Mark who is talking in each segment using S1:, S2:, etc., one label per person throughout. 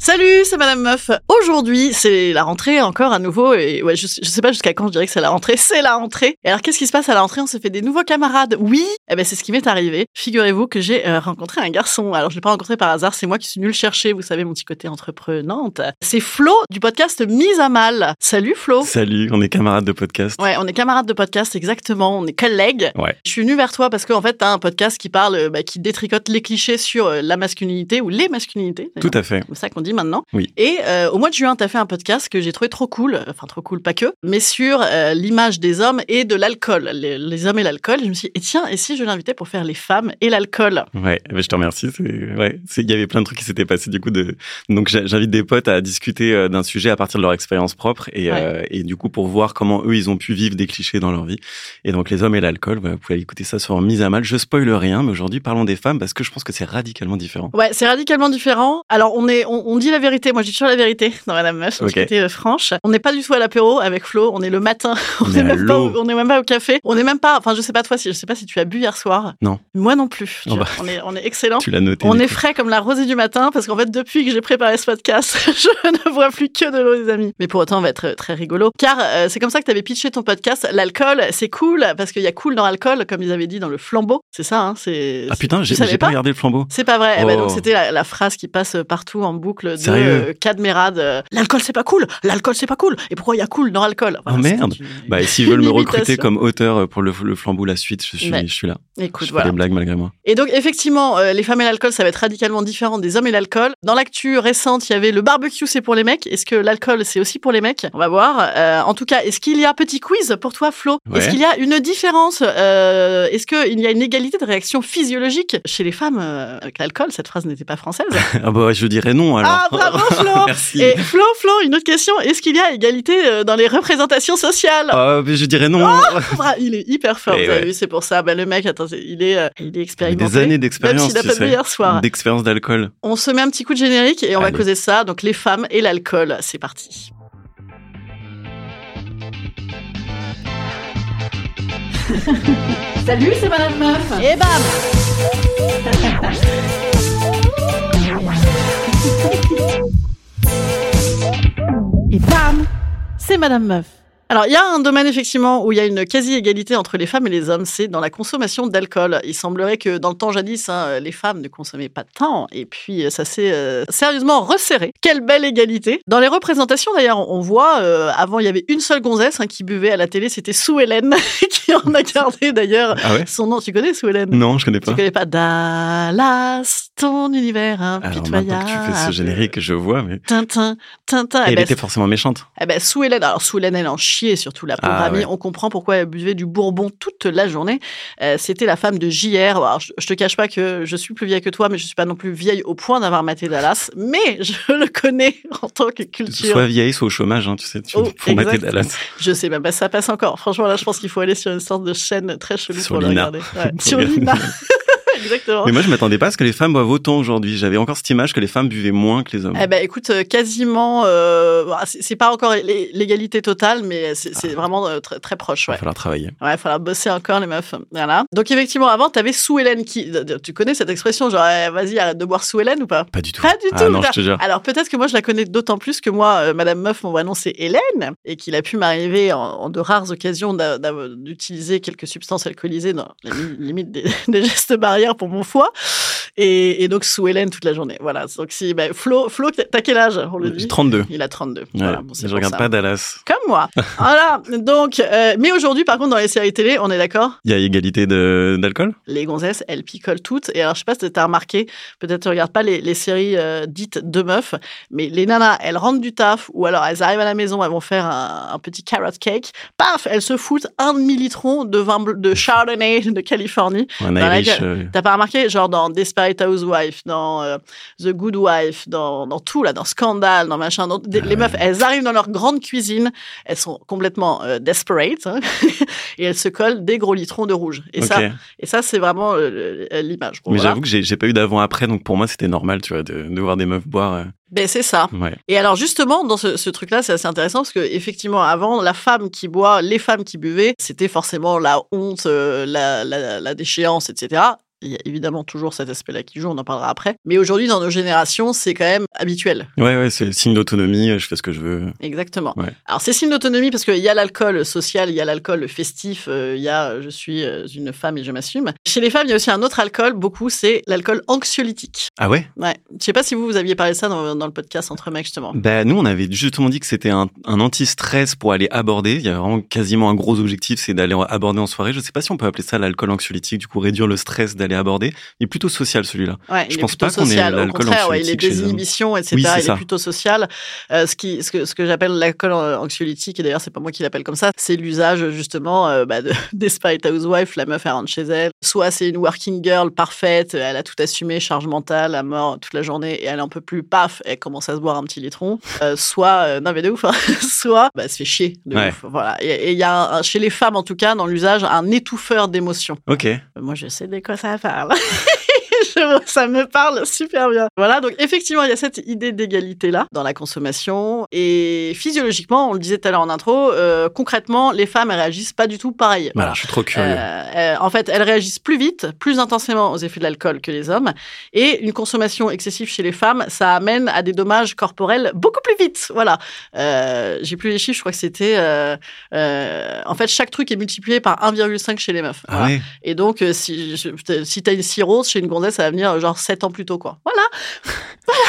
S1: Salut, c'est Madame Meuf. Aujourd'hui, c'est la rentrée encore à nouveau. Et ouais, je, je sais pas jusqu'à quand je dirais que c'est la rentrée. C'est la rentrée. Et alors, qu'est-ce qui se passe à la rentrée On s'est fait des nouveaux camarades. Oui, eh ben c'est ce qui m'est arrivé. Figurez-vous que j'ai euh, rencontré un garçon. Alors, je l'ai pas rencontré par hasard. C'est moi qui suis nulle chercher. Vous savez mon petit côté entreprenante. C'est Flo du podcast Mise à mal. Salut Flo.
S2: Salut, on est camarades de podcast.
S1: Ouais, on est camarades de podcast, exactement. On est collègues.
S2: Ouais.
S1: Je suis venue vers toi parce qu'en fait, t'as un podcast qui parle, euh, bah, qui détricote les clichés sur euh, la masculinité ou les masculinités.
S2: Tout à fait.
S1: C'est comme ça qu'on dit maintenant.
S2: Oui.
S1: Et euh, au mois de juin, t'as fait un podcast que j'ai trouvé trop cool, enfin trop cool, pas que, mais sur euh, l'image des hommes et de l'alcool, les, les hommes et l'alcool. Je me suis dit, et tiens, et si je l'invitais pour faire les femmes et l'alcool
S2: Ouais, bah, je te remercie. c'est- Ouais, c'est- il y avait plein de trucs qui s'étaient passés du coup. De... Donc j'a- j'invite des potes à discuter euh, d'un sujet à partir de leur expérience propre et,
S1: Ouais.
S2: euh, et du coup pour voir comment eux ils ont pu vivre des clichés dans leur vie. Et donc les hommes et l'alcool, voilà, vous pouvez aller écouter ça sur Mise à mal. Je spoil rien, mais aujourd'hui parlons des femmes parce que je pense que c'est radicalement différent.
S1: Ouais, c'est radicalement différent. Alors, on est, on, on dit la vérité. Moi, je dis toujours la vérité dans Madame Meuf,
S2: Ok.
S1: parce que t'es, euh, franche. On n'est pas du tout à l'apéro avec Flo. On est le matin. On
S2: On
S1: n'est
S2: est à
S1: même, pas au-
S2: l'eau.
S1: on est même pas au café. On n'est même pas. Enfin, je sais pas toi si je sais pas si tu as bu hier soir.
S2: Non.
S1: Moi non plus.
S2: Oh bah.
S1: On est, on est excellent.
S2: Tu l'as noté.
S1: On
S2: du
S1: est
S2: coup.
S1: frais comme la rosée du matin parce qu'en fait depuis que j'ai préparé ce podcast, je ne vois plus que de l'eau les amis. Mais pour autant on va être euh, très rigolo car euh, c'est comme ça que tu avais pitché ton podcast. L'alcool c'est cool parce qu'il y a cool dans l'alcool comme ils avaient dit dans le flambeau. C'est ça hein. C'est
S2: Ah putain, j'ai
S1: Tu savais
S2: j'ai pas
S1: pas
S2: regardé le flambeau.
S1: c'est pas vrai. Eh ben,
S2: Oh.
S1: donc c'était la, la phrase qui passe partout en boucle de
S2: Sérieux
S1: euh, Cadmerade. euh, l'alcool c'est pas cool. L'alcool c'est pas cool. Et pourquoi il y a cool dans l'alcool
S2: Oh, merde.
S1: c'était une-
S2: Bah, et s'ils veulent
S1: une
S2: me recruter
S1: imitation.
S2: comme auteur euh, pour le, le flambeau, la suite, je suis,
S1: Ouais.
S2: je suis là. Je
S1: Écoute
S2: fais
S1: voilà.
S2: des blagues malgré moi.
S1: Et donc, effectivement, euh, les femmes et l'alcool, ça va être radicalement différent des hommes et l'alcool. Dans l'actu récente, il y avait le barbecue, c'est pour les mecs. Est-ce que l'alcool, c'est aussi pour les mecs On va voir. Euh, en tout cas, est-ce qu'il y a, petit quiz pour toi, Flo,
S2: Ouais.
S1: est-ce qu'il y a une différence euh, Est-ce qu'il y a une égalité de réaction physiologique chez les femmes euh, avec l'alcool Cette phrase n'était pas française.
S2: Ah bah ouais, je dirais non alors.
S1: ah, bravo, Flo
S2: Merci.
S1: Et Flo, Flo, une autre question. Est-ce qu'il y a égalité euh, dans les représentations sociales
S2: Ah, mais je dirais non.
S1: Oh Bra- Il est hyper fort,
S2: Eh
S1: vous avez
S2: ouais.
S1: vu, c'est pour ça. Bah, le mec, attends, c'est- il est, euh, il est expérimenté.
S2: Des années
S1: Même
S2: d'expérience,
S1: s'il a
S2: tu
S1: pas bu
S2: sais.
S1: hier soir.
S2: D'expérience d'alcool.
S1: On se met un petit coup de générique et on va
S2: Allez.
S1: causer ça. Donc les femmes et l'alcool, c'est parti.
S3: Salut, c'est Madame Meuf.
S1: Et bam Et bam C'est Madame Meuf. Alors, il y a un domaine effectivement où il y a une quasi-égalité entre les femmes et les hommes, c'est dans la consommation d'alcool. Il semblerait que dans le temps jadis, hein, les femmes ne consommaient pas tant, et puis euh, ça s'est euh, sérieusement resserré. Quelle belle égalité Dans les représentations d'ailleurs, on voit, euh, avant il y avait une seule gonzesse hein, qui buvait à la télé, c'était Sue Hélène, qui en a gardé d'ailleurs
S2: Ah ouais
S1: son nom. Tu connais Sue Hélène
S2: Non, je connais
S1: tu
S2: pas.
S1: connais pas Dallas, ton univers
S2: Alors
S1: impitoyable.
S2: maintenant que tu fais ce générique, je vois, mais.
S1: Tintin, Tintin.
S2: Et
S1: Eh
S2: elle
S1: ben,
S2: était forcément méchante.
S1: eh ben, sous Hélène, alors sous Hélène, elle en chiait surtout la pauvre
S2: Ah,
S1: amie.
S2: ouais.
S1: On comprend pourquoi elle buvait du bourbon toute la journée. Euh, C'était la femme de JR. Alors, je, je te cache pas que je suis plus vieille que toi, mais je suis pas non plus vieille au point d'avoir maté Dallas. Mais je le connais en tant que culture.
S2: Soit vieille, soit au chômage, hein, tu sais. Tu
S1: Oh,
S2: pour mater
S1: exact.
S2: Dallas.
S1: Je sais même pas, ça passe encore. Franchement, là, je pense qu'il faut aller sur une sorte de chaîne très chelou
S2: Sur
S1: pour le
S2: Lina.
S1: regarder. Ouais, sur Lina. Exactement.
S2: Mais moi, je m'attendais pas à ce que les femmes boivent autant aujourd'hui. J'avais encore cette image que les femmes buvaient moins que les hommes.
S1: Eh ben, écoute, euh, quasiment, euh, bah, c'est c'est pas encore l'é- l'égalité totale, mais c'est
S2: Ah.
S1: c'est vraiment euh, très, très proche,
S2: Il va
S1: ouais.
S2: falloir travailler.
S1: Ouais, il falloir bosser encore, les meufs. Voilà. Donc, effectivement, avant, t'avais sous Hélène qui. Tu connais cette expression, genre, eh, vas-y, arrête de boire sous Hélène ou pas
S2: Pas du tout.
S1: Pas du
S2: Ah
S1: tout,
S2: non,
S1: bah.
S2: je te jure.
S1: alors peut-être que moi je la connais d'autant plus que moi, euh, Madame Meuf, mon vrai nom c'est Hélène, et qu'il a pu m'arriver en, en de rares occasions d'a- d'a- d'utiliser quelques substances alcoolisées dans la mi- limite des, des gestes barrières pour mon foie. Et, et donc sous Hélène toute la journée. Voilà. Donc si, ben, Flo, Flo t'as t'as quel âge on le dit
S2: J'ai 32.
S1: Il a 32.
S2: Euh, Ouais.
S1: Voilà, bon, c'est
S2: je
S1: pour
S2: regarde
S1: ça.
S2: pas Dallas.
S1: Comme moi. voilà. Donc, euh, mais aujourd'hui, par contre, dans les séries télé, on est d'accord
S2: Il y a égalité de- d'alcool
S1: les gonzesses, elles picolent toutes. Et alors, je sais pas si t'as remarqué, peut-être tu regardes pas les, les séries euh, dites de meufs, mais les nanas, elles rentrent du taf ou alors elles arrivent à la maison, elles vont faire un, un petit carrot cake. Paf, elles se foutent un demi-litron de vin bleu- de Chardonnay de Californie.
S2: Un
S1: Dans la
S2: Irish. euh,
S1: T'as pas remarqué, genre dans Desperate Housewife, dans euh, The Good Wife, dans, dans tout là, dans Scandal, dans machin, dans- des- les meufs, elles arrivent dans leur grande cuisine, elles sont complètement euh, desperate hein, et elles se collent des gros litrons de rouge. Et ça,
S2: ok.
S1: et ça, c'est vraiment euh, euh, l'image. Bon,
S2: Mais
S1: voilà.
S2: j'avoue que j'ai j'ai pas eu d'avant-après, donc pour moi c'était normal, tu vois, de, de voir des meufs boire. euh,
S1: Ben, c'est ça.
S2: Ouais.
S1: Et alors, justement, dans ce, ce truc-là, c'est assez intéressant parce que, effectivement, avant, la femme qui boit, les femmes qui buvaient, c'était forcément la honte, euh, la, la- la déchéance, etc. Il y a évidemment toujours cet aspect-là qui joue, on en parlera après. Mais aujourd'hui, dans nos générations, c'est quand même habituel.
S2: Ouais, ouais, c'est le signe d'autonomie, euh, je fais ce que je veux.
S1: Exactement.
S2: Ouais.
S1: Alors, c'est signe d'autonomie parce qu'il y a l'alcool social, il y a l'alcool festif, euh, il y a euh, je suis euh, une femme et je m'assume. Chez les femmes, il y a aussi un autre alcool, beaucoup, c'est l'alcool anxiolytique.
S2: Ah ouais
S1: Ouais. Je sais pas si vous, vous aviez parlé de ça dans, dans le podcast entre mecs, justement.
S2: Bah nous on avait justement dit que c'était un, un anti-stress pour aller aborder. Il y a vraiment quasiment un gros objectif, c'est d'aller aborder en soirée. Je sais pas si on peut appeler ça l'alcool anxiolytique, du coup réduire le stress d'aller aborder. Il est plutôt social celui-là.
S1: Ouais,
S2: Je
S1: il
S2: pense
S1: est plutôt
S2: pas qu'on ait
S1: social. Au
S2: l'alcool
S1: contraire, ouais, il est
S2: anxiolytique chez les hommes.
S1: désinhibition, etc.
S2: Oui, c'est
S1: il
S2: ça.
S1: est plutôt social. Euh, ce, qui, ce que, ce que j'appelle l'alcool euh, anxiolytique, et d'ailleurs, c'est pas moi qui l'appelle comme ça, c'est l'usage, justement, euh, bah, de, des Spite Housewife. La meuf, elle rentre chez elle. Soit c'est une working girl parfaite, elle a tout assumé, charge mentale, à mort toute la journée, et elle en peut plus, paf, elle commence à se boire un petit litron. Euh, soit, euh, non mais de ouf, hein. soit, bah, elle se fait chier de
S2: Ouais.
S1: ouf. Voilà. Et et il y a, un- un- chez les femmes, en tout cas, dans l'usage, un étouffeur d'émotions.
S2: Ok.
S1: Moi, je sais de quoi ça parle. Je- Ça me parle super bien. Voilà, donc effectivement, il y a cette idée d'égalité-là dans la consommation. Et physiologiquement, on le disait tout à l'heure en intro, euh, concrètement, les femmes, elles réagissent pas du tout pareil.
S2: Voilà, Bah, je suis trop curieux.
S1: Euh, euh, en fait, elles réagissent plus vite, plus intensément aux effets de l'alcool que les hommes. Et une consommation excessive chez les femmes, ça amène à des dommages corporels beaucoup plus vite. Voilà. Euh, J'ai plus les chiffres, je crois que c'était. euh, euh, en fait, chaque truc est multiplié par 1,5 chez les meufs.
S2: Ah
S1: Voilà.
S2: ouais
S1: Et donc, euh, si, je- je- si t'as une cirrhose chez une gonzesse, ça va venir euh, genre 7 ans plus tôt, quoi. Voilà.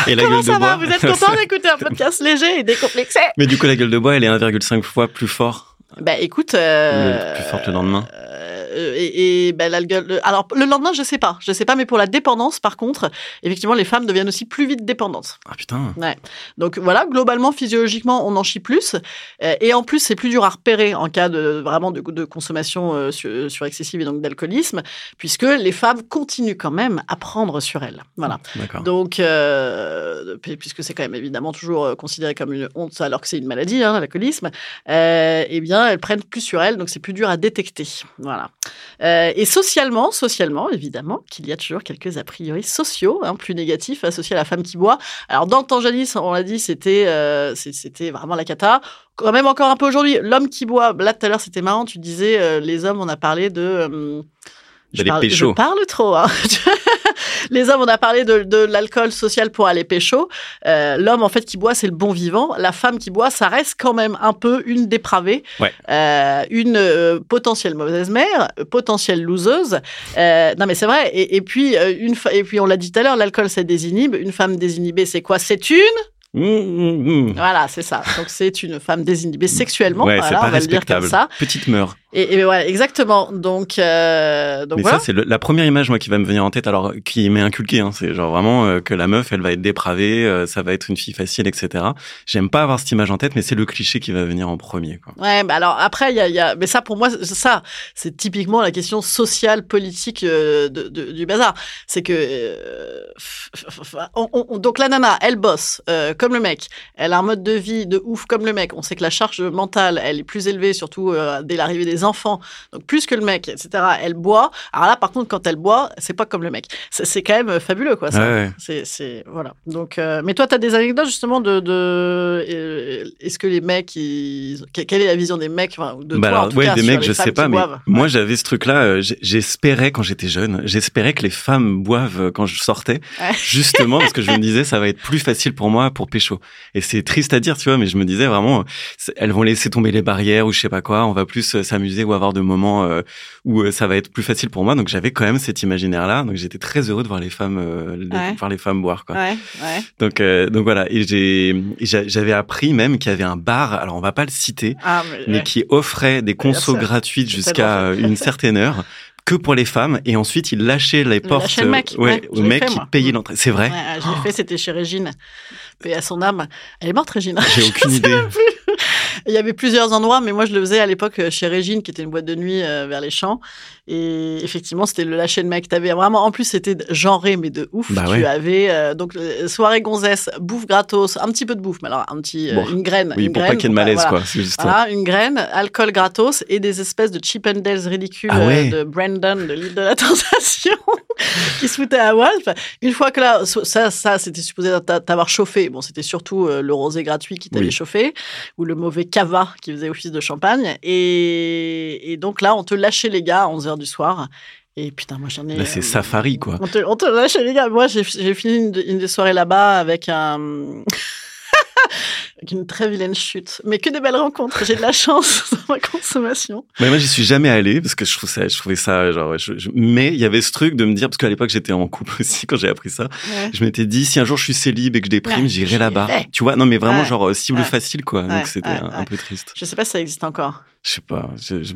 S2: Et la
S1: ah. Comment
S2: gueule de
S1: ça va
S2: bois
S1: Vous êtes content d'écouter un podcast léger et décomplexé
S2: Mais du coup la gueule de bois elle est 1,5 fois plus fort,
S1: Bah, écoute. euh,
S2: le- plus forte le lendemain.
S1: euh, et et, bah, la gueule- le- alors, le lendemain, je sais pas. Je sais pas, mais pour la dépendance, par contre, effectivement, les femmes deviennent aussi plus vite dépendantes.
S2: Ah putain.
S1: Donc voilà, globalement, physiologiquement, on en chie plus. Euh, Et en plus, c'est plus dur à repérer en cas de vraiment de, de consommation euh, sur- surexcessive et donc d'alcoolisme, puisque les femmes continuent quand même à prendre sur elles. Voilà.
S2: D'accord.
S1: Donc, euh, puis- puisque c'est quand même évidemment toujours euh, considéré comme une honte, alors que c'est une maladie, hein, l'alcoolisme, euh, eh bien, elles prennent plus sur elles, donc c'est plus dur à détecter. Voilà. Euh, et socialement, socialement, évidemment, qu'il y a toujours quelques a priori sociaux, hein, plus négatifs, associés à la femme qui boit. Alors, dans le temps jadis, on l'a dit, c'était euh, c'est- c'était vraiment la cata. Quand même encore un peu aujourd'hui, l'homme qui boit, là tout à l'heure, c'était marrant, tu disais, euh, les hommes, on a parlé de... euh, je
S2: D'aller
S1: parle, je
S2: pécho.
S1: parle trop. hein. Les hommes, on a parlé de, de l'alcool social pour aller pécho. Euh, L'homme, en fait, qui boit, c'est le bon vivant. La femme qui boit, ça reste quand même un peu une dépravée,
S2: Ouais.
S1: Euh, une euh, potentielle mauvaise mère, euh, potentielle loseuse. Euh, non, mais c'est vrai. Et, et puis, euh, une fa- et puis, on l'a dit tout à l'heure, l'alcool, ça désinhibe. Une femme désinhibée, c'est quoi C'est une
S2: Mmh, mmh, mmh.
S1: Voilà, c'est ça. Donc, c'est une femme désinhibée sexuellement.
S2: ouais, c'est
S1: voilà,
S2: pas
S1: on va le dire comme
S2: respectable.
S1: ça.
S2: Petite meure.
S1: Et, et ouais, exactement. Donc, euh, donc
S2: Mais
S1: voilà.
S2: ça, c'est le- la première image, moi, qui va me venir en tête, alors qui m'est inculquée. Hein, c'est genre vraiment euh, que la meuf, elle va être dépravée, euh, ça va être une fille facile, etc. J'aime pas avoir cette image en tête, mais c'est le cliché qui va venir en premier. Quoi.
S1: Ouais, bah alors après, il y a, il y a- mais ça pour moi, c'est- ça, c'est typiquement la question sociale, politique euh, de- de- du bazar. C'est que, euh, f- f- f- on- on- donc la nana, elle bosse euh, comme le mec, elle a un mode de vie de ouf comme le mec. On sait que la charge mentale, elle est plus élevée, surtout euh, dès l'arrivée des enfants, donc plus que le mec, etc. Elle boit. Alors là, par contre, quand elle boit, c'est pas comme le mec. C'est- C'est quand même euh, fabuleux, quoi. Ça.
S2: Ouais, ouais.
S1: C'est, c'est- voilà. Donc, euh, mais toi, tu as des anecdotes justement de, de euh, est-ce que les mecs, ils, que- quelle est la vision des mecs, enfin, de
S2: Bah
S1: toi en
S2: alors,
S1: tout
S2: ouais,
S1: cas,
S2: des
S1: sur
S2: mecs,
S1: les
S2: je
S1: femmes
S2: sais
S1: qui
S2: pas, mais
S1: boivent
S2: moi, j'avais ce truc-là. euh, j- j'espérais quand j'étais jeune, j'espérais que les femmes boivent euh, quand je sortais,
S1: Ouais.
S2: justement parce que je me disais ça va être plus facile pour moi pour pécho. Et c'est triste à dire, tu vois, mais je me disais vraiment, euh, elles vont laisser tomber les barrières ou je sais pas quoi, on va plus euh, s'amuser ou avoir de moments euh, où euh, ça va être plus facile pour moi. Donc j'avais quand même cet imaginaire-là. Donc j'étais très heureux de voir les femmes, euh, les-
S1: Ouais.
S2: voir les femmes boire, quoi.
S1: Ouais, ouais.
S2: Donc, euh, donc voilà. Et j'ai, et j'a- j'avais appris même qu'il y avait un bar. Alors on va pas le citer,
S1: Ah, mais,
S2: mais
S1: ouais.
S2: qui offrait des
S1: ça,
S2: consos gratuites
S1: c'est
S2: jusqu'à euh, une certaine heure que pour les femmes et ensuite ils lâchaient les portes
S1: lâchaient le mec,
S2: euh, ouais,
S1: ouais, je
S2: aux
S1: l'ai
S2: mecs
S1: fait,
S2: qui
S1: moi. Mm.
S2: payaient l'entrée c'est vrai
S1: Ouais, ouais, je l'ai fait, c'était chez Régine. Paix à son âme. Elle est morte, Régine.
S2: j'ai
S1: Je
S2: aucune
S1: sais
S2: idée
S1: même plus. Il y avait plusieurs endroits, mais moi je le faisais à l'époque euh, chez Régine, qui était une boîte de nuit euh, vers les champs. Et effectivement, c'était le lâcher de mec. T'avais vraiment, en plus, c'était genré, mais de ouf.
S2: Bah
S1: tu
S2: ouais.
S1: avais euh, donc euh, soirée gonzesse, bouffe gratos, un petit peu de bouffe, mais alors un petit, euh,
S2: Bon.
S1: une graine.
S2: oui
S1: une
S2: pour
S1: graine,
S2: pas qu'il y ait de
S1: voilà,
S2: malaise
S1: voilà.
S2: quoi c'est juste
S1: Voilà, une graine, alcool gratos et des espèces de Chip and Dale's ridicules
S2: Ah ouais.
S1: euh, de Brandon de l'île de la Tentation qui se foutait à Walp. Une fois que là, so- ça, ça c'était supposé t'a- t'avoir chauffé. Bon, c'était surtout euh, le rosé gratuit qui t'avait
S2: Oui.
S1: chauffé ou le mauvais cava qui faisait office de champagne. Et, et donc là, on te lâchait les gars à 11h du soir. Et putain, moi j'en ai.
S2: Là, Bah, c'est
S1: euh,
S2: safari, quoi.
S1: On te, on te lâche les gars. Moi, j'ai- j'ai fini une, de- une des soirées là-bas avec un. avec une très vilaine chute. Mais que des belles rencontres. J'ai de la chance dans ma consommation.
S2: Mais moi, j'y suis jamais allé parce que je trouve ça, je trouvais ça, genre, je- je- mais il y avait ce truc de me dire parce qu'à l'époque j'étais en couple aussi quand j'ai appris ça. Je m'étais dit si un jour je suis célib et que je déprime,
S1: Ouais,
S2: j'irai
S1: j'y
S2: là-bas.
S1: vais.
S2: Tu vois, non mais vraiment
S1: Ouais.
S2: genre euh, cible
S1: Ouais.
S2: facile quoi.
S1: Ouais,
S2: Donc c'était
S1: ouais,
S2: un, un
S1: ouais.
S2: peu triste.
S1: Je sais pas si ça existe encore.
S2: Je sais pas, je- je-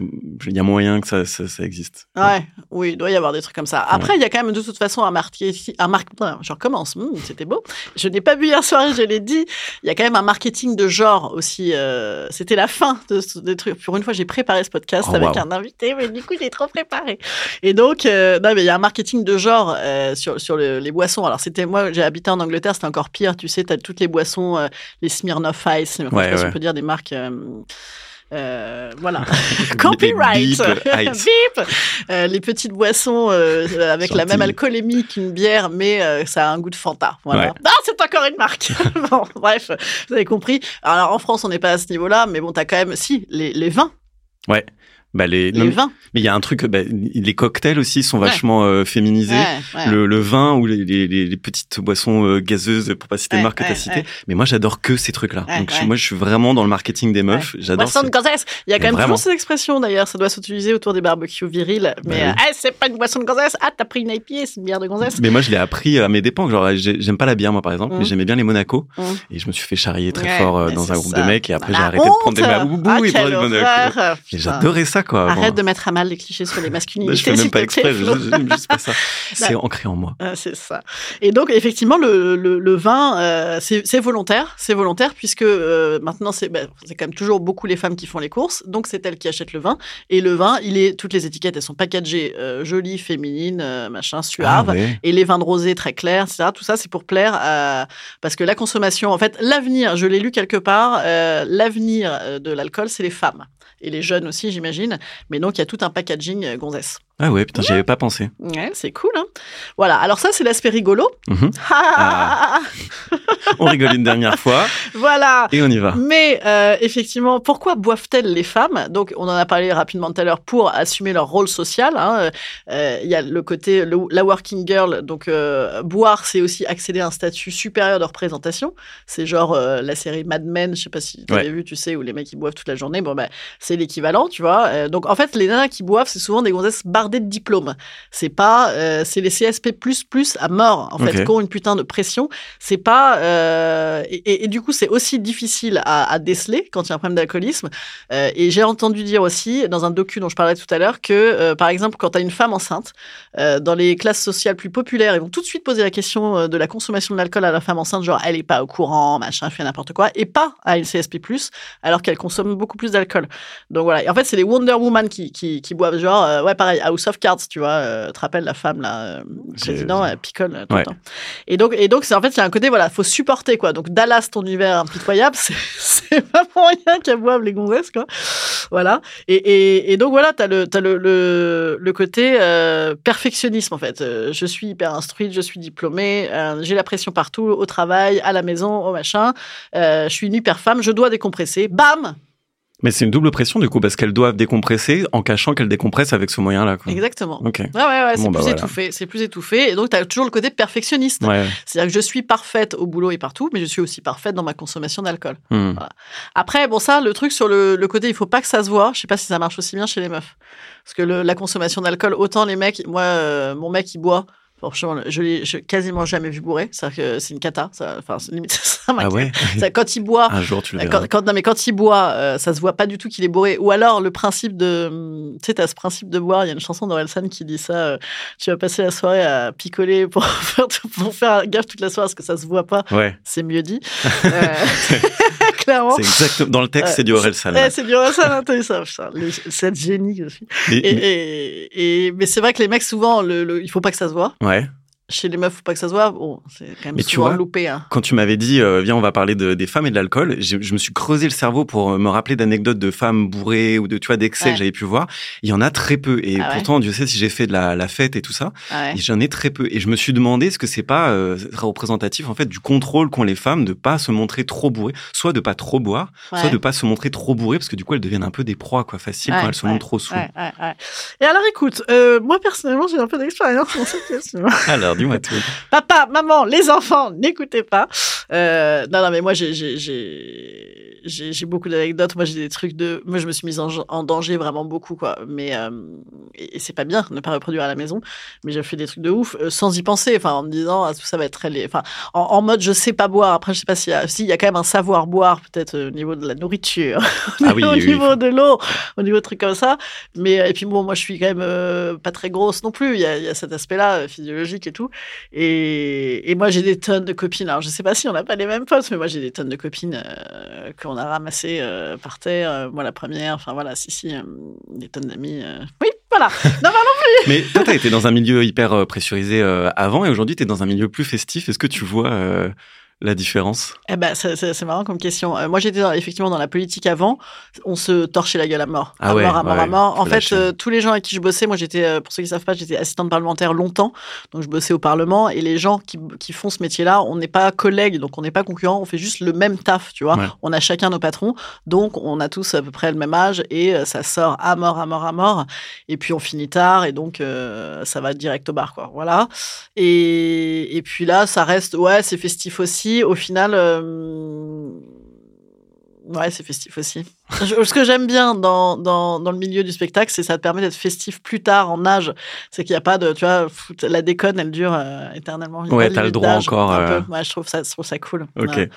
S2: il y a moyen que ça, ça, ça existe.
S1: Ouais, oui, il doit y avoir des trucs comme ça. Après, il y a quand même de toute façon un marketing, un mar... je recommence, Hum, c'était beau. Je n'ai pas bu hier soir, je l'ai dit. Il y a quand même un marketing de genre aussi. euh, C'était la fin de ce- des trucs. Pour une fois, j'ai préparé ce podcast
S2: Oh,
S1: avec
S2: waouh.
S1: un invité, mais du coup, j'ai trop préparé. Et donc, euh, non, mais il y a un marketing de genre euh, sur, sur le- les boissons. Alors, c'était moi, j'ai habité en Angleterre, c'était encore pire. Tu sais, t'as toutes les boissons, euh, les Smirnoff Ice, je sais
S2: Ouais,
S1: pas si
S2: ouais.
S1: on peut dire des marques. euh, euh, voilà.
S2: Des-
S1: Copyright.
S2: des bips, aïe.
S1: Bip Euh, Les petites boissons euh, avec la
S2: Gentil.
S1: même alcoolémie qu'une bière, mais euh, ça a un goût de Fanta. Voilà.
S2: Ouais.
S1: Ah, c'est encore une marque. bon, bref, vous avez compris. Alors en France, on n'est pas à ce niveau-là, mais bon, t'as quand même si les, les vins,
S2: Bah, les, non,
S1: les
S2: mais
S1: vins.
S2: il y a un truc, bah, les cocktails aussi sont
S1: Ouais.
S2: vachement euh, féminisés.
S1: Ouais, ouais.
S2: Le, le vin ou les, les- les- les petites boissons euh, gazeuses, pour pas citer
S1: Ouais,
S2: les marques que
S1: ouais,
S2: t'as citées.
S1: ouais.
S2: Mais moi, j'adore que ces trucs-là.
S1: Ouais,
S2: Donc, je-
S1: ouais.
S2: moi, je suis vraiment dans le marketing des meufs. J'adore
S1: Boisson
S2: ce-
S1: de gonzesse. Il y a quand
S2: Mais
S1: même
S2: vraiment.
S1: toujours ces expressions d'ailleurs, ça doit s'utiliser autour des barbecues virils. Mais
S2: Bah oui.
S1: euh, Eh, c'est pas une boisson de gonzesse. Ah, t'as pris une IPA, c'est une bière de gonzesse.
S2: Mais moi, je l'ai appris euh, à mes dépens. Genre, j'ai- j'aime pas la bière, moi, par exemple,
S1: Mhm.
S2: mais j'aimais bien les Monaco.
S1: Mhm.
S2: Et je me suis fait charrier très
S1: Ouais,
S2: fort euh,
S1: mais
S2: dans
S1: c'est
S2: un groupe
S1: ça.
S2: de mecs. Et après, j'ai
S1: La
S2: arrêté de prendre des
S1: honte
S2: maboubous
S1: Ah,
S2: et de
S1: quelle
S2: prendre des Monaco.
S1: horreur.
S2: Et
S1: Putain.
S2: J'adorais ça, quoi. avant.
S1: Arrête de mettre à mal les clichés sur les masculinités.
S2: je fais même
S1: s'il
S2: pas
S1: te plaît,
S2: exprès, je-
S1: Flo.
S2: je- j'aime juste pas ça. C'est
S1: Bah.
S2: ancré en moi.
S1: Ah, c'est ça. Et donc effectivement, le, le, le vin, euh, c'est c'est volontaire, c'est volontaire puisque euh, maintenant c'est ben, c'est quand même toujours beaucoup les femmes qui font les courses, donc c'est elles qui achètent le vin. Et le vin, il est toutes les étiquettes, elles sont packagées euh, jolies, féminines, euh, machin,
S2: Ah
S1: suaves.
S2: ouais.
S1: Et les vins de rosé très clairs, etc. Tout ça, c'est pour plaire à... Parce que la consommation, en fait, l'avenir, je l'ai lu quelque part, euh, l'avenir euh, de l'alcool, c'est les femmes. Et les jeunes aussi, j'imagine. Mais donc, il y a tout un packaging euh, gonzesse.
S2: Ah ouais, putain,
S1: Mmh.
S2: j'y avais pas pensé.
S1: Ouais, c'est cool, hein Voilà, alors ça, c'est l'aspect rigolo.
S2: Mhm. Ah. On rigole une dernière fois
S1: voilà
S2: et on y va.
S1: mais euh, effectivement, pourquoi boivent-elles les femmes Donc, on en a parlé rapidement tout à l'heure pour assumer leur rôle social. hein. Euh, Il y a le côté le- la working girl. Donc, euh, boire, c'est aussi accéder à un statut supérieur de représentation. C'est genre euh, la série Mad Men, je sais pas si tu
S2: Ouais.
S1: l'avais vu, tu sais, où les mecs ils boivent toute la journée. Bon, bah, c'est l'équivalent, tu vois. Euh, donc, en fait, les nanas qui boivent, c'est souvent des gonzesses bardées de diplômes. C'est pas, euh, c'est les CSP++ à mort, en fait,
S2: Ok.
S1: qui ont une putain de pression. C'est pas. euh, et, et- et du coup, c'est aussi difficile à, à déceler quand il y a un problème d'alcoolisme. Euh, et j'ai entendu dire aussi, dans un docu dont je parlais tout à l'heure, que, euh, par exemple, quand tu as une femme enceinte, euh, dans les classes sociales plus populaires, ils vont tout de suite poser la question euh, de la consommation de l'alcool à la femme enceinte, genre elle est pas au courant, machin, elle fait n'importe quoi, et pas à une CSP, alors qu'elle consomme beaucoup plus d'alcool. Donc voilà. Et en fait, c'est les Wonder Woman qui, qui, qui boivent, genre, euh, ouais, pareil, House of Cards, tu vois, euh, tu te rappelles la femme, là, euh,
S2: J'ai-
S1: président, elle picole euh, tout
S2: Ouais.
S1: le temps. Et donc, et donc, c'est en fait, il y a un côté, voilà, faut supporter quoi. Donc Dallas, ton univers impitoyable, c'est- c'est pas pour rien qu'elles boivent les gonzesses quoi. Voilà. Et, et, et donc voilà, t'as le t'as le, le le côté euh, perfectionnisme en fait. Euh, je suis hyper instruite, je suis diplômée, euh, j'ai la pression partout, au travail, à la maison, au machin. Euh, je suis une hyper femme, je dois décompresser. Bam.
S2: Mais c'est une double pression du coup parce qu'elles doivent décompresser en cachant qu'elles décompressent avec ce moyen-là. quoi.
S1: Exactement.
S2: Ok.
S1: Ouais, ouais, ouais, c'est
S2: Bon, bah,
S1: plus
S2: voilà.
S1: étouffé. C'est plus étouffé. Et donc, tu as toujours le côté perfectionniste.
S2: Ouais.
S1: C'est-à-dire que je suis parfaite au boulot et partout, mais je suis aussi parfaite dans ma consommation d'alcool.
S2: Hmm.
S1: Après, bon, ça, le truc sur le, le côté, il faut pas que ça se voit. Je sais pas si ça marche aussi bien chez les meufs. Parce que le- la consommation d'alcool, autant les mecs, moi, euh, mon mec, il boit. Franchement, je l'ai je l'ai quasiment jamais vu bourré. C'est-à-dire que c'est une cata. Ça, enfin, c'est limite, ça
S2: Ah
S1: m'inquiète.
S2: ouais. Ah,
S1: C'est-à-dire que Quand il boit,
S2: Un jour tu le verras.
S1: quand, quand- non, mais quand il boit, euh, ça se voit pas du tout qu'il est bourré. Ou alors, le principe de. hum, Tu sais, t'as ce principe de boire. Il y a une chanson d'Orelsan qui dit ça. euh, tu vas passer la soirée à picoler pour faire, pour faire gaffe toute la soirée parce que ça se voit pas.
S2: Ouais.
S1: C'est mieux dit. Euh, clairement.
S2: C'est exactement dans le texte,
S1: Ouais.
S2: c'est du Aurel San.
S1: Eh, c'est dur ça, là, t'as vu ça, putain, le- cette génie que je suis.
S2: Mais-
S1: Et,
S2: mais-
S1: et- et- mais c'est vrai que les mecs, souvent, le, le- il faut pas que ça se voit.
S2: Ouais.
S1: Chez les meufs, faut pas que ça se voit. Bon, c'est quand même
S2: Mais tu
S1: souvent
S2: vois-
S1: loupé. hein.
S2: Quand tu m'avais dit, euh, viens, on va parler de- des femmes et de l'alcool, j'ai- je me suis creusé le cerveau pour euh, me rappeler d'anecdotes de femmes bourrées ou de, tu vois, d'excès
S1: Ouais.
S2: que j'avais pu voir. Il y en a très peu. Et
S1: Ah ouais
S2: pourtant, Dieu sait si j'ai fait de la, la fête et tout ça.
S1: Ouais.
S2: Et j'en ai très peu. Et je me suis demandé est-ce que c'est pas euh, représentatif en fait du contrôle qu'ont les femmes de pas se montrer trop bourrées, soit de pas trop boire, soit
S1: Ouais.
S2: de pas se montrer trop bourrées parce que du coup elles deviennent un peu des proies quoi, faciles
S1: Ouais,
S2: quand elles se
S1: ouais,
S2: montrent trop sous.
S1: Ouais, ouais, ouais. Et alors, écoute, euh, moi personnellement, j'ai un peu d'expérience dans cette question.
S2: Alors dis-moi tout.
S1: Papa, maman, les enfants, n'écoutez pas. Euh, non, non, mais moi, j'ai- j'ai- j'ai j'ai- j'ai beaucoup d'anecdotes. Moi, j'ai des trucs de. Moi, je me suis mise en, en danger vraiment beaucoup, quoi. Mais euh, et, et c'est pas bien, ne pas reproduire à la maison. Mais j'ai fait des trucs de ouf euh, sans y penser, enfin, en me disant ah, tout ça va être très. lé- Enfin, en, en mode je sais pas boire. Après, je sais pas s'il y a. Si, il y a quand même un savoir boire, peut-être euh, au niveau de la nourriture,
S2: Ah oui,
S1: au
S2: oui, oui.
S1: niveau de l'eau, au niveau de trucs comme ça. Mais et puis bon, moi, je suis quand même euh, pas très grosse non plus. Il y a, il y a cet aspect-là euh, physiologique et tout. Et, et moi, j'ai des tonnes de copines. Alors, je sais pas si on n'a pas les mêmes potes, mais moi, j'ai des tonnes de copines euh, qu'on a ramassées euh, par terre. Euh, moi, la première, enfin voilà, si, si, euh, des tonnes d'amis. euh. Oui, voilà. Non, pardon.
S2: Mais toi t'as été dans un milieu hyper euh, pressurisé euh, avant et aujourd'hui t'es dans un milieu plus festif. Est-ce que tu vois euh, la différence
S1: Eh ben, c'est- c'est c'est marrant comme question. Euh, moi, j'étais dans- effectivement dans la politique avant. On se torchait la gueule à mort.
S2: Ah
S1: à
S2: ouais,
S1: mort, à mort,
S2: ouais,
S1: à mort.
S2: faut
S1: En fait,
S2: lâcher.
S1: euh, tous les gens avec qui je bossais, moi, j'étais, euh, pour ceux qui savent pas, j'étais assistante parlementaire longtemps. Donc, je bossais au Parlement. Et les gens qui, qui font ce métier-là, on n'est pas collègues, donc on n'est pas concurrents. On fait juste le même taf, tu vois.
S2: Ouais.
S1: On a chacun nos patrons. Donc, on a tous à peu près le même âge et euh, ça sort à mort, à mort, à mort. Et puis, on finit tard et donc, euh, ça va direct au bar, quoi. Voilà. Et, et puis là, ça reste, ouais, c'est festif aussi. Au final, euh, ouais, c'est festif aussi. Je- ce que j'aime bien dans, dans, dans le milieu du spectacle, c'est que ça te permet d'être festif plus tard en âge. C'est qu'il n'y a pas de, tu vois, fout- la déconne, elle dure euh, éternellement. Il y a
S2: Ouais,
S1: pas de
S2: t'as le
S1: limite
S2: droit
S1: d'âge,
S2: encore,
S1: un
S2: euh.
S1: peu. Ouais, je trouve ça, je trouve ça cool.
S2: Ok.
S1: Ouais.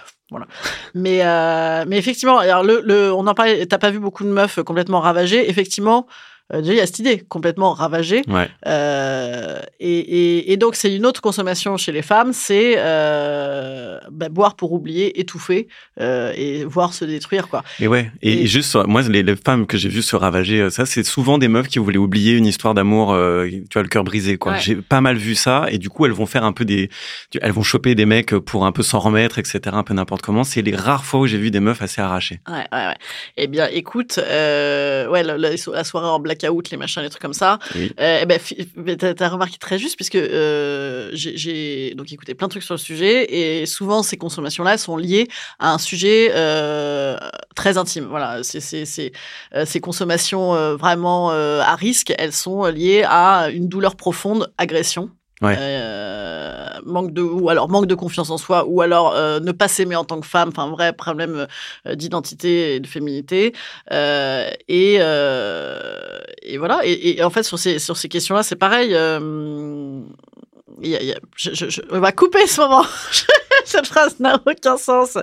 S1: Mais, euh, mais effectivement, alors le, le- on en parlait, t'as pas vu beaucoup de meufs complètement ravagées. Effectivement, euh, déjà, il y a cette idée, complètement ravagée.
S2: Ouais.
S1: Euh, et, et- et donc, c'est une autre consommation chez les femmes, c'est euh, bah, boire pour oublier, étouffer euh, et voir se détruire. quoi.
S2: Et ouais, et,
S1: Et-
S2: et juste, euh, moi, les, les femmes que j'ai vues se ravager, euh, ça, c'est souvent des meufs qui voulaient oublier une histoire d'amour, euh, tu vois, le cœur brisé, quoi.
S1: Ouais.
S2: J'ai pas mal vu ça, et du coup, elles vont faire un peu des, tu- elles vont choper des mecs pour un peu s'en remettre, etc., un peu n'importe comment. C'est les rares fois où j'ai vu des meufs assez arrachées.
S1: Ouais, ouais, ouais. Eh bien, écoute, euh, ouais, la, la- la soirée en blackout, les machins, les trucs comme ça.
S2: Oui.
S1: Euh, eh ben, fi- mais t'as, t'as remarqué très juste, puisque euh, j'ai, j'ai donc écouté plein de trucs sur le sujet, et souvent ces consommations-là sont liées à un sujet euh, très intime. Voilà, c'est, c'est, c'est, euh, ces consommations euh, vraiment euh, à risque, elles sont liées à une douleur profonde, agression.
S2: Ouais.
S1: Euh, manque de ou alors manque de confiance en soi ou alors euh, ne pas s'aimer en tant que femme enfin vrai problème euh, d'identité et de féminité euh, et, euh, et voilà. Et, et en fait, sur ces, sur ces questions-là, c'est pareil. euh, il y a- il y a- je- je- je- on va couper ce moment. Cette phrase n'a aucun sens.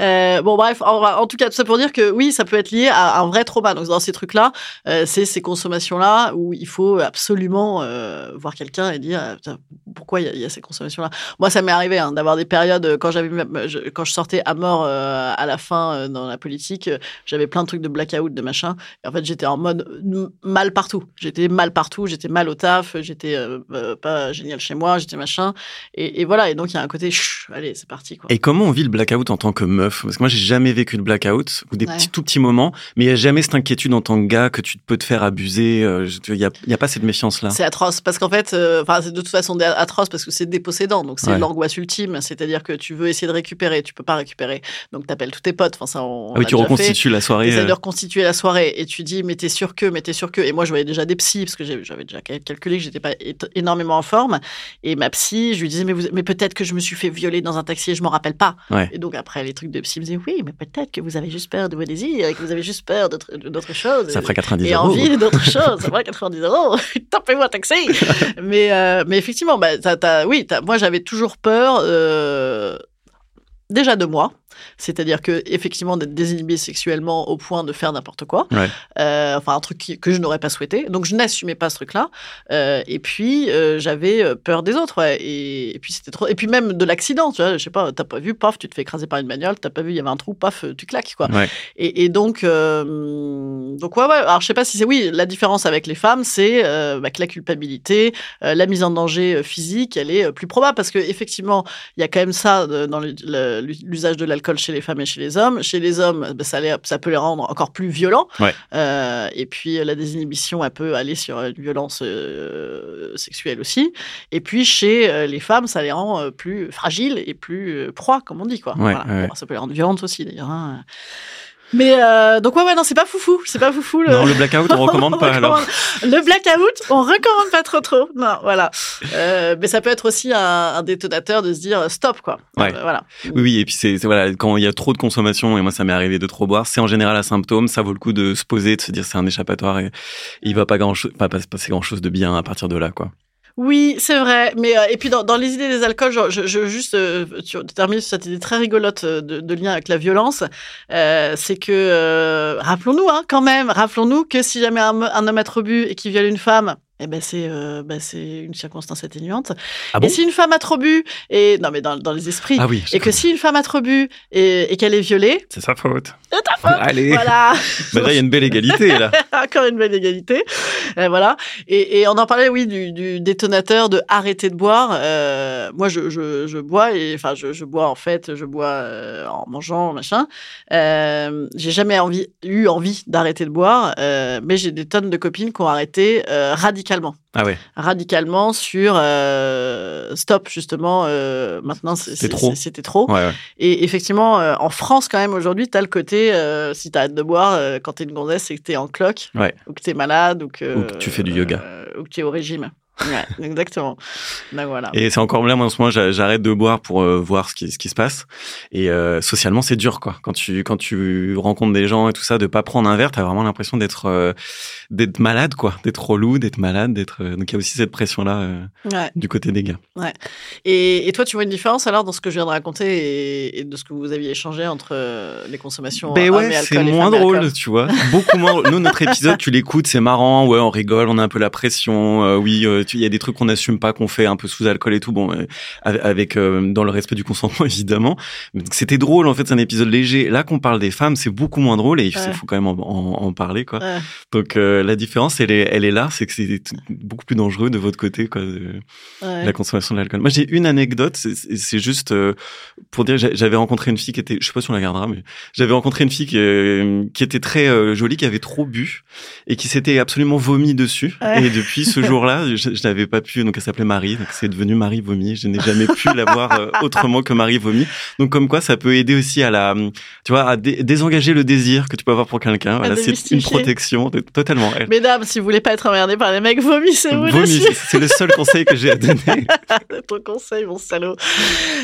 S1: Euh, bon, bref, en, en tout cas, tout ça pour dire que oui, ça peut être lié à un vrai trauma. Donc, dans ces trucs-là, euh, c'est ces consommations-là où il faut absolument euh, voir quelqu'un et dire euh, Putain, pourquoi il y a- il y, a ces consommations-là. Moi, ça m'est arrivé hein, d'avoir des périodes euh, quand j'avais je- quand je sortais à mort euh, à la fin euh, dans la politique, euh, j'avais plein de trucs de blackout, de machin. Et en fait, j'étais en mode euh, mal partout. J'étais mal partout, j'étais mal au taf, j'étais euh, euh, pas génial chez moi, j'étais machin. Et, et voilà. Et donc, il y a un côté, chut, allez, c'est c'est parti. Quoi.
S2: Et comment on vit le blackout en tant que meuf Parce que moi, j'ai jamais vécu de blackout ou des
S1: Ouais.
S2: petits tout petits moments, mais il y a jamais cette inquiétude en tant que gars que tu peux te faire abuser. euh, je- Il n'y a, il y a pas cette méfiance là.
S1: C'est atroce parce qu'en fait, euh, enfin, c'est de toute façon dé- atroce parce que c'est dépossédant, donc c'est
S2: Ouais.
S1: l'angoisse ultime. C'est-à-dire que tu veux essayer de récupérer, tu peux pas récupérer, donc t'appelles tous tes potes. Enfin, ça, on,
S2: Ah oui,
S1: l'a
S2: tu
S1: déjà fait.
S2: reconstitues la soirée.
S1: T'essaies de
S2: euh,
S1: reconstituer la soirée et tu dis mais t'es sûr que, mais t'es sûr que. Et moi je voyais déjà des psys parce que j'ai- j'avais déjà cal- calculé que j'étais pas é- énormément en forme. Et ma psy, je lui disais mais, vous- mais peut-être que je me suis fait violer dans un taxi et je m'en rappelle pas.
S2: Ouais.
S1: Et donc après les trucs de psy me disaient oui mais peut-être que vous avez juste peur de vos désirs et que vous avez juste peur d'autres d'autres choses.
S2: Ça fera 90
S1: Et
S2: euros.
S1: envie d'autres choses. Ça va, 90 euros. Tapez-moi un taxi. mais, euh, mais effectivement, bah, t'as- t'as- oui, t'as- moi, j'avais toujours peur. euh, Déjà de moi, c'est-à-dire que effectivement d'être désinhibé sexuellement au point de faire n'importe quoi,
S2: Ouais.
S1: Euh, enfin un truc qui- que je n'aurais pas souhaité. Donc je n'assumais pas ce truc-là. Euh, et puis euh, j'avais euh, peur des autres. ouais. Et, et puis c'était trop. Et puis même de l'accident, tu vois. Je sais pas, t'as pas vu, paf, tu te fais écraser par une bagnole. T'as pas vu, il y avait un trou, paf, tu claques quoi.
S2: Ouais.
S1: Et, et donc, euh, donc ouais, ouais. Alors je sais pas si c'est oui. La différence avec les femmes, c'est euh, bah, que la culpabilité, euh, la mise en danger euh, physique, elle est euh, plus probable parce que effectivement, il y a quand même ça euh, dans le- le- l'usage de l'alcool chez les femmes et chez les hommes. Chez les hommes, bah, ça, les- ça peut les rendre encore plus violents.
S2: Ouais.
S1: Euh, et puis euh, la désinhibition, elle peut aller sur une violence euh, sexuelle aussi. Et puis chez euh, les femmes, ça les rend euh, plus fragiles et plus euh, proies, comme on dit quoi.
S2: Ouais,
S1: Voilà.
S2: ouais.
S1: Bon, ça peut les rendre violentes aussi d'ailleurs. hein. Mais euh, donc ouais ouais non c'est pas foufou c'est pas foufou le,
S2: Non, le blackout, on recommande pas alors.
S1: recommande- Le blackout, on recommande pas trop trop. Non, voilà. Euh, mais ça peut être aussi un, un détonateur de se dire stop quoi.
S2: Ouais.
S1: Euh, voilà.
S2: Oui, oui, et puis c'est c'est- voilà, quand il y a trop de consommation, et moi ça m'est arrivé de trop boire, c'est en général un symptôme, ça vaut le coup de se poser, de se dire c'est un échappatoire et il va pas grand chose, pas pas se passer grand chose de bien à partir de là, quoi.
S1: Oui, c'est vrai. Mais euh, et puis dans, dans les idées des alcools, genre, je, je juste euh, tu termines sur cette idée très rigolote euh, de, de lien avec la violence. Euh, c'est que euh, rappelons-nous hein, quand même, rappelons-nous que si jamais un, me- un homme a trop bu et qu'il viole une femme. Eh ben c'est euh, ben, c'est une circonstance atténuante.
S2: Ah bon
S1: et si une femme a trop bu et non mais dans, dans les esprits
S2: Ah oui, je
S1: et que
S2: comprends.
S1: si une femme a trop bu et, et qu'elle est violée,
S2: c'est sa faute.
S1: c'est ta faute.
S2: Allez,
S1: Voilà,
S2: Bah là il y a une belle égalité là.
S1: encore une belle égalité. Euh, voilà. Et, et on en parlait, oui, du, du détonateur de arrêter de boire. Euh, moi, je, je, je bois, et enfin, je, je bois en fait, je bois euh, en mangeant, machin. Euh, j'ai jamais envie, eu envie d'arrêter de boire, euh, mais j'ai des tonnes de copines qui ont arrêté euh, radicalement.
S2: Ah ouais.
S1: Radicalement sur euh, stop, justement, euh, maintenant, c'est-
S2: C'était
S1: c'est-
S2: trop.
S1: c'est- c'était trop.
S2: Ouais, ouais.
S1: Et effectivement, euh, en France, quand même, aujourd'hui, t'as le côté, euh, si t'arrêtes de boire, euh, quand t'es une gonzesse, c'est que t'es en cloque,
S2: Ouais.
S1: ou que t'es malade, ou que,
S2: Ou que tu fais du yoga.
S1: euh, ou que t'es au régime. Ouais, exactement. Donc voilà.
S2: Et c'est encore là, moi en ce moment, j'a- j'arrête de boire pour euh, voir ce qui, ce qui se passe. Et euh, socialement, c'est dur, quoi. Quand tu, quand tu rencontres des gens et tout ça, de pas prendre un verre, t'as vraiment l'impression d'être, euh, d'être malade, quoi. D'être relou, d'être malade, d'être. euh, Donc il y a aussi cette pression-là euh,
S1: Ouais.
S2: du côté des gars.
S1: Et, et toi, tu vois une différence alors dans ce que je viens de raconter et, et de ce que vous aviez échangé entre euh, les consommations
S2: Ben
S1: hommes
S2: ouais,
S1: et alcool
S2: c'est
S1: et
S2: moins
S1: femmes et
S2: drôle,
S1: alcool
S2: tu vois. Beaucoup moins drôle. Nous, notre épisode, tu l'écoutes, c'est marrant. Ouais, on rigole, on a un peu la pression. euh, oui, euh, tu- il y a des trucs qu'on n'assume pas, qu'on fait un peu sous alcool et tout. Bon, euh, avec- avec euh, dans le respect du consentement, évidemment. Mais C'était drôle, en fait, c'est un épisode léger. Là qu'on parle des femmes, c'est beaucoup moins drôle et il
S1: Ouais.
S2: faut quand même en, en- en parler, quoi.
S1: Ouais.
S2: Donc, euh, la différence, elle est, elle est là. C'est que c'est t- beaucoup plus dangereux de votre côté, quoi. de-
S1: Ouais.
S2: la consommation de l'alcool. Moi, j'ai une anecdote, c'est- c'est c'est juste euh, pour dire, j'a- j'avais rencontré une fille qui était, je sais pas si on la gardera, mais j'avais rencontré une fille qui, euh, qui était très euh, jolie, qui avait trop bu et qui s'était absolument vomi dessus.
S1: Ouais.
S2: Et depuis ce jour-là, je, je n'avais pas pu, donc elle s'appelait Marie, donc c'est devenu Marie vomi. Je n'ai jamais pu la voir euh, autrement que Marie vomi. Donc comme quoi, ça peut aider aussi à la, tu vois, à dé- désengager le désir que tu peux avoir pour quelqu'un. Voilà, c'est
S1: démystifier.
S2: une protection de- totalement. Elle-
S1: Mesdames, si vous voulez pas être emmerdés par les mecs, vomissez-vous
S2: vomi,
S1: dessus.
S2: c'est- c'est le seul conseil que j'ai à donner.
S1: ton conseil, mon salaud.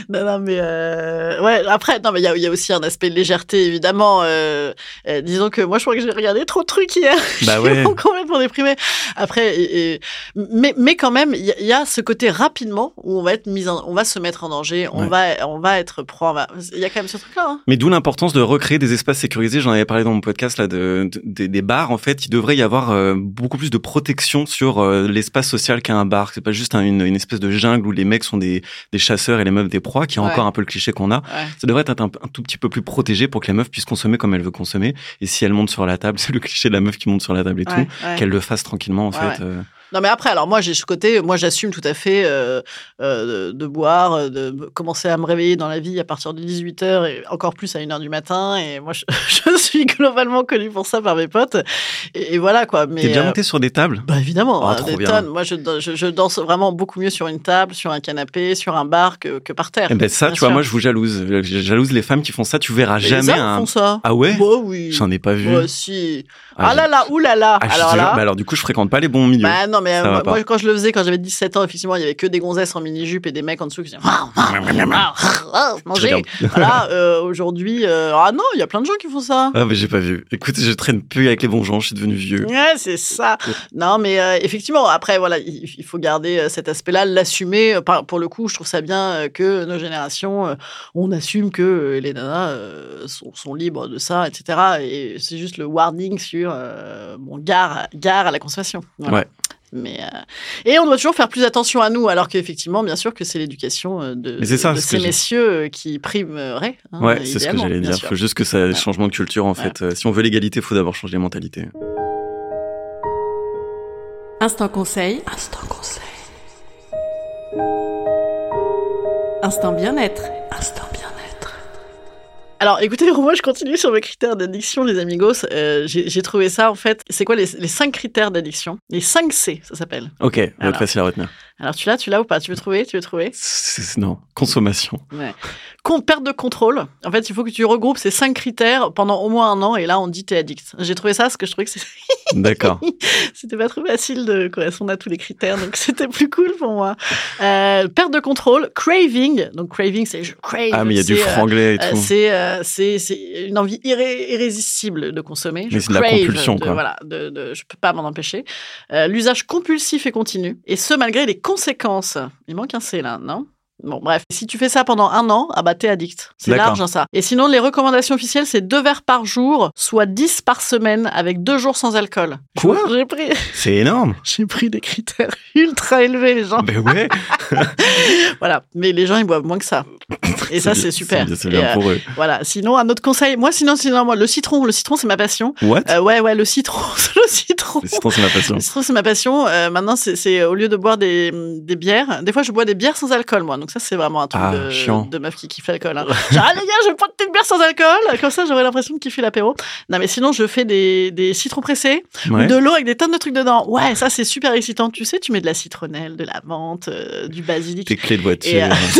S1: Non, non, mais euh, ouais. Après, non, mais il y a, il y a aussi un aspect de légèreté, évidemment. Euh, euh, disons que moi, je crois que j'ai regardé trop de trucs hier.
S2: Bah
S1: Je suis
S2: ouais.
S1: complètement déprimée. Après, et- et- mais mais quand même, il y, a- il y a ce côté rapidement où on va être mis, en- on va se mettre en danger, on
S2: Ouais.
S1: va, on va être proie. on va- Il y a quand même ce truc-là. hein.
S2: Mais d'où l'importance de recréer des espaces sécurisés. J'en avais parlé dans mon podcast là de, de- des- des bars. En fait, il devrait y avoir euh, beaucoup plus de protection sur euh, l'espace social qu'un bar. C'est pas juste un- une, une espèce de jungle où les mecs sont des, des chasseurs et les meufs des proies, qui est
S1: Ouais.
S2: encore un peu le cliché qu'on a.
S1: Ouais.
S2: Ça devrait être un, un tout petit peu plus protégé pour que la meuf puisse consommer comme elle veut consommer. Et si elle monte sur la table, c'est le cliché de la meuf qui monte sur la table et
S1: Ouais,
S2: tout,
S1: ouais.
S2: qu'elle le fasse tranquillement en
S1: Ouais,
S2: fait. euh.
S1: Non, mais après, alors moi, j'ai ce côté, moi, j'assume tout à fait euh, euh, de, de boire, euh, de commencer à me réveiller dans la vie à partir de 18h et encore plus à 1h du matin. Et moi, je, je suis globalement connue pour ça par mes potes. Et, et voilà, quoi. Mais,
S2: T'es déjà
S1: euh,
S2: monté sur des tables
S1: bah évidemment,
S2: Ah,
S1: hein,
S2: trop
S1: des
S2: bien.
S1: tonnes. Moi, je, je, je danse vraiment beaucoup mieux sur une table, sur un canapé, sur un bar que, que par terre.
S2: Eh ben ça,
S1: Bien
S2: tu vois,
S1: sûr.
S2: moi je vous jalouse. Je jalouse les femmes qui font ça. Tu verras
S1: Mais
S2: jamais
S1: Les hommes
S2: un.
S1: font ça.
S2: Ah ouais
S1: Moi, oui.
S2: J'en ai pas vu.
S1: Moi aussi.
S2: Ah,
S1: Ah, là
S2: j'ai-
S1: là, oulala.
S2: Ah, je
S1: alors
S2: te jure,
S1: là.
S2: mais alors du coup, je fréquente pas les bons milieux.
S1: Bah non, mais euh,
S2: va
S1: moi,
S2: pas.
S1: moi, quand je le faisais, quand j'avais 17 ans, effectivement, il y avait que des gonzesses en mini-jupe et des mecs en dessous qui disaient Waouh, waouh,
S2: Ah,
S1: waouh, waouh,
S2: Je
S1: manger.
S2: regarde.
S1: Voilà, euh, aujourd'hui, euh, ah non, il y a plein de gens qui font ça.
S2: Ah, mais j'ai pas vu. Écoute, je traîne plus avec les bons gens. Je suis devenu vieux.
S1: Ouais, c'est ça. Non, mais euh, effectivement, après, voilà, il, il faut garder euh, cet aspect-là, l'assumer. Euh, par- Pour le coup, je trouve ça bien euh, que nos générations, euh, on assume que euh, les nanas euh, sont, sont libres de ça, etc. Et c'est juste le warning sur euh, bon, gare, à- gare à la consommation. Voilà.
S2: Ouais.
S1: Mais euh, et on doit toujours faire plus attention à nous, alors qu'effectivement, bien sûr, que c'est l'éducation euh, de,
S2: Mais c'est ça,
S1: de
S2: ce
S1: ces
S2: que j'ai-
S1: messieurs euh, qui primerait. hein,
S2: Ouais, c'est ce que
S1: idéalement,
S2: j'allais
S1: bien
S2: dire.
S1: sûr.
S2: Faut juste que ça
S1: Ouais.
S2: changement de culture en
S1: Voilà.
S2: fait. Euh, Si on veut l'égalité, faut d'abord changer les mentalités.
S3: Instant conseil. Instant conseil. Instant bien-être. Instant bien-être.
S1: Alors écoutez, moi je continue sur mes critères d'addiction, les amigos. Euh, J'ai j'ai trouvé ça en fait. C'est quoi les, les cinq critères d'addiction Les 5 C, ça s'appelle.
S2: Ok, ça va être
S1: Alors.
S2: facile à retenir.
S1: Alors tu l'as, tu l'as ou pas Tu veux trouver Tu veux trouver
S2: C'est- c'est- non, consommation.
S1: Con- Perte de contrôle. En fait, il faut que tu regroupes ces cinq critères pendant au moins un an et là on dit t'es addict. J'ai trouvé ça parce que je trouvais que c'est-
S2: D'accord.
S1: c'était pas trop facile de correspondre à tous les critères, donc c'était plus cool pour moi. Euh, perte de contrôle, craving. Donc craving, c'est je crave.
S2: Ah, mais il y a du
S1: c'est, euh,
S2: franglais et
S1: Euh,
S2: tout.
S1: c'est euh, c'est c'est une envie irré- irrésistible de consommer.
S2: Mais
S1: Je
S2: c'est de la
S1: crave
S2: compulsion,
S1: de-
S2: quoi.
S1: Voilà, de, de- je peux pas m'en empêcher. Euh, L'usage compulsif et continu, et ce malgré les conséquences. Il manque un C là, non Bon, bref, si tu fais ça pendant un an, ah bah t'es addict. C'est
S2: D'accord.
S1: large, hein, ça. Et sinon, les recommandations officielles, c'est deux verres par jour, soit 10 par semaine, avec deux jours sans alcool.
S2: Quoi
S1: J'ai pris,
S2: C'est énorme.
S1: j'ai pris des critères ultra élevés, les gens.
S2: Ben ouais.
S1: Voilà. Mais les gens, ils boivent moins que ça. Et ça, c'est super.
S2: C'est
S1: Et,
S2: bien
S1: euh,
S2: pour eux.
S1: voilà. Sinon, un autre conseil. Moi, sinon, sinon, moi, le citron. Le citron, c'est ma passion.
S2: What
S1: Euh, ouais, ouais, le citron. le citron.
S2: Les citons, c'est ma passion.
S1: Le citron, c'est ma passion. Euh, maintenant, c'est- c'est au lieu de boire des, des bières. Des fois, je bois des bières sans alcool, moi. Donc, ça, c'est vraiment un truc
S2: Ah, chiant.
S1: de, de meuf qui kiffe l'alcool. Hein. Genre, ah, les gars, je vais prendre une bière sans alcool. Comme ça, j'aurais l'impression de kiffer l'apéro. Non, mais sinon, je fais des, des citrons pressés,
S2: Ouais.
S1: de l'eau avec des tonnes de trucs dedans. Ouais, ça, c'est super excitant. Tu sais, tu mets de la citronnelle, de la menthe, euh, du basilic.
S2: Tes clés de
S1: Et,
S2: voiture.
S1: euh,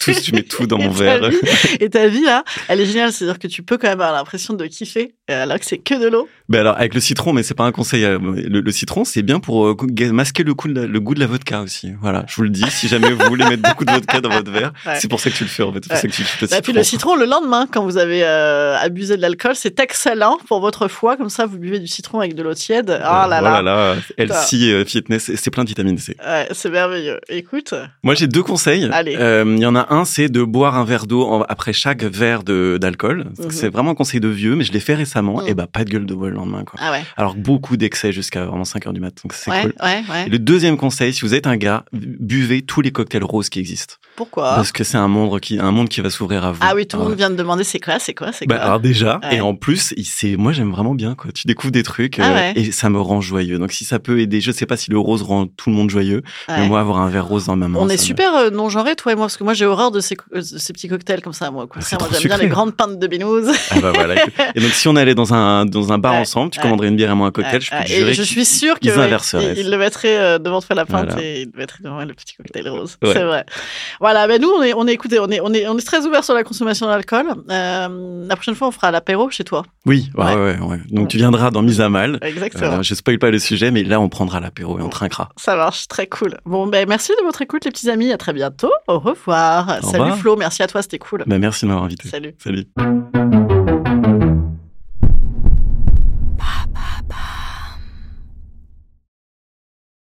S2: tout, je mets tout dans
S1: Et
S2: mon
S1: ta
S2: verre.
S1: vie- et ta vie, là, elle est géniale. C'est-à-dire que tu peux quand même avoir l'impression de kiffer, euh, alors que c'est que de l'eau.
S2: Ben alors, avec le citron, mais c'est pas un conseil. euh, Le, le citron, c'est bien pour euh, ga- masquer le, coup de la- le goût de la vodka aussi. Voilà, je vous le dis. Si jamais vous voulez mettre beaucoup de vodka dans votre verre,
S1: Ouais.
S2: c'est pour ça que tu le fais en fait. C'est pour
S1: Ouais.
S2: ça que tu le
S1: Et Bah, puis le citron, le lendemain, quand vous avez euh, abusé de l'alcool, c'est excellent pour votre foie. Comme ça, vous buvez du citron avec de l'eau tiède. Oh là là.
S2: Voilà, là. Healthy, euh, fitness, c'est plein de vitamine C.
S1: Ouais, c'est merveilleux. Écoute,
S2: Moi, j'ai deux conseils. Euh,
S1: Allez.
S2: Il y en a un, c'est de boire un verre d'eau en- après chaque verre de- d'alcool.
S1: Mhm.
S2: C'est vraiment un conseil de vieux, mais je l'ai fait récemment.
S1: Mhm.
S2: Et bah, pas de gueule de bois le lendemain, quoi.
S1: ah ouais,
S2: Alors, que beaucoup d'excès jusqu'à vraiment 5 heures du matin. Donc, c'est
S1: ouais,
S2: cool.
S1: ouais, ouais.
S2: Et le deuxième conseil, si vous êtes un gars, bu- buvez tous les cocktails roses qui existent.
S1: Pourquoi
S2: Parce que c'est un monde qui, un monde qui va s'ouvrir à vous.
S1: Ah oui, tout le monde
S2: ouais.
S1: vient de demander c'est quoi, c'est quoi, c'est
S2: Bah,
S1: quoi.
S2: alors déjà,
S1: Ouais.
S2: et en plus, il- c'est, moi j'aime vraiment bien quoi. Tu découvres des trucs euh,
S1: Ah ouais.
S2: et ça me rend joyeux. Donc si ça peut aider, je sais pas si le rose rend tout le monde joyeux,
S1: Ouais.
S2: mais moi avoir un verre rose dans ma main,
S1: On est
S2: ça me-
S1: super euh, non-genré, toi et moi, parce que moi j'ai horreur de ces, co- euh, de ces petits cocktails comme ça. Moi, au contraire,
S2: c'est
S1: moi
S2: trop
S1: j'aime bien
S2: sucré.
S1: les grandes pintes de binouze.
S2: Ah bah voilà. Et donc si on allait dans un dans un bar
S1: Ouais,
S2: ensemble, tu
S1: ouais.
S2: commanderais une bière et moi un cocktail,
S1: Ouais,
S2: je peux
S1: ouais,
S2: te
S1: Ah, et
S2: jurer
S1: je
S2: que-
S1: suis sûre
S2: ils
S1: que
S2: inverseraient.
S1: il, il le mettrait euh, devant toi la pinte
S2: Voilà.
S1: et il le mettrait devant moi le petit cocktail rose.
S2: Ouais.
S1: C'est vrai. Voilà, ben nous on est on est écoutez, on est on est on est très ouvert sur la consommation d'alcool. Euh, la prochaine fois on fera l'apéro chez toi.
S2: Oui, ouais,
S1: Ouais.
S2: ouais, ouais. Donc tu viendras dans Mise à mal.
S1: Exactement.
S2: Euh, je spoil pas le sujet, mais là on prendra l'apéro et on trinquera.
S1: Ça marche, très cool. Bon ben merci de votre écoute les petits amis, à très bientôt. Au revoir.
S2: Au
S1: Salut
S2: revoir.
S1: Flo, merci à toi, c'était cool.
S2: Bah merci de m'avoir invité.
S1: Salut.
S2: Salut.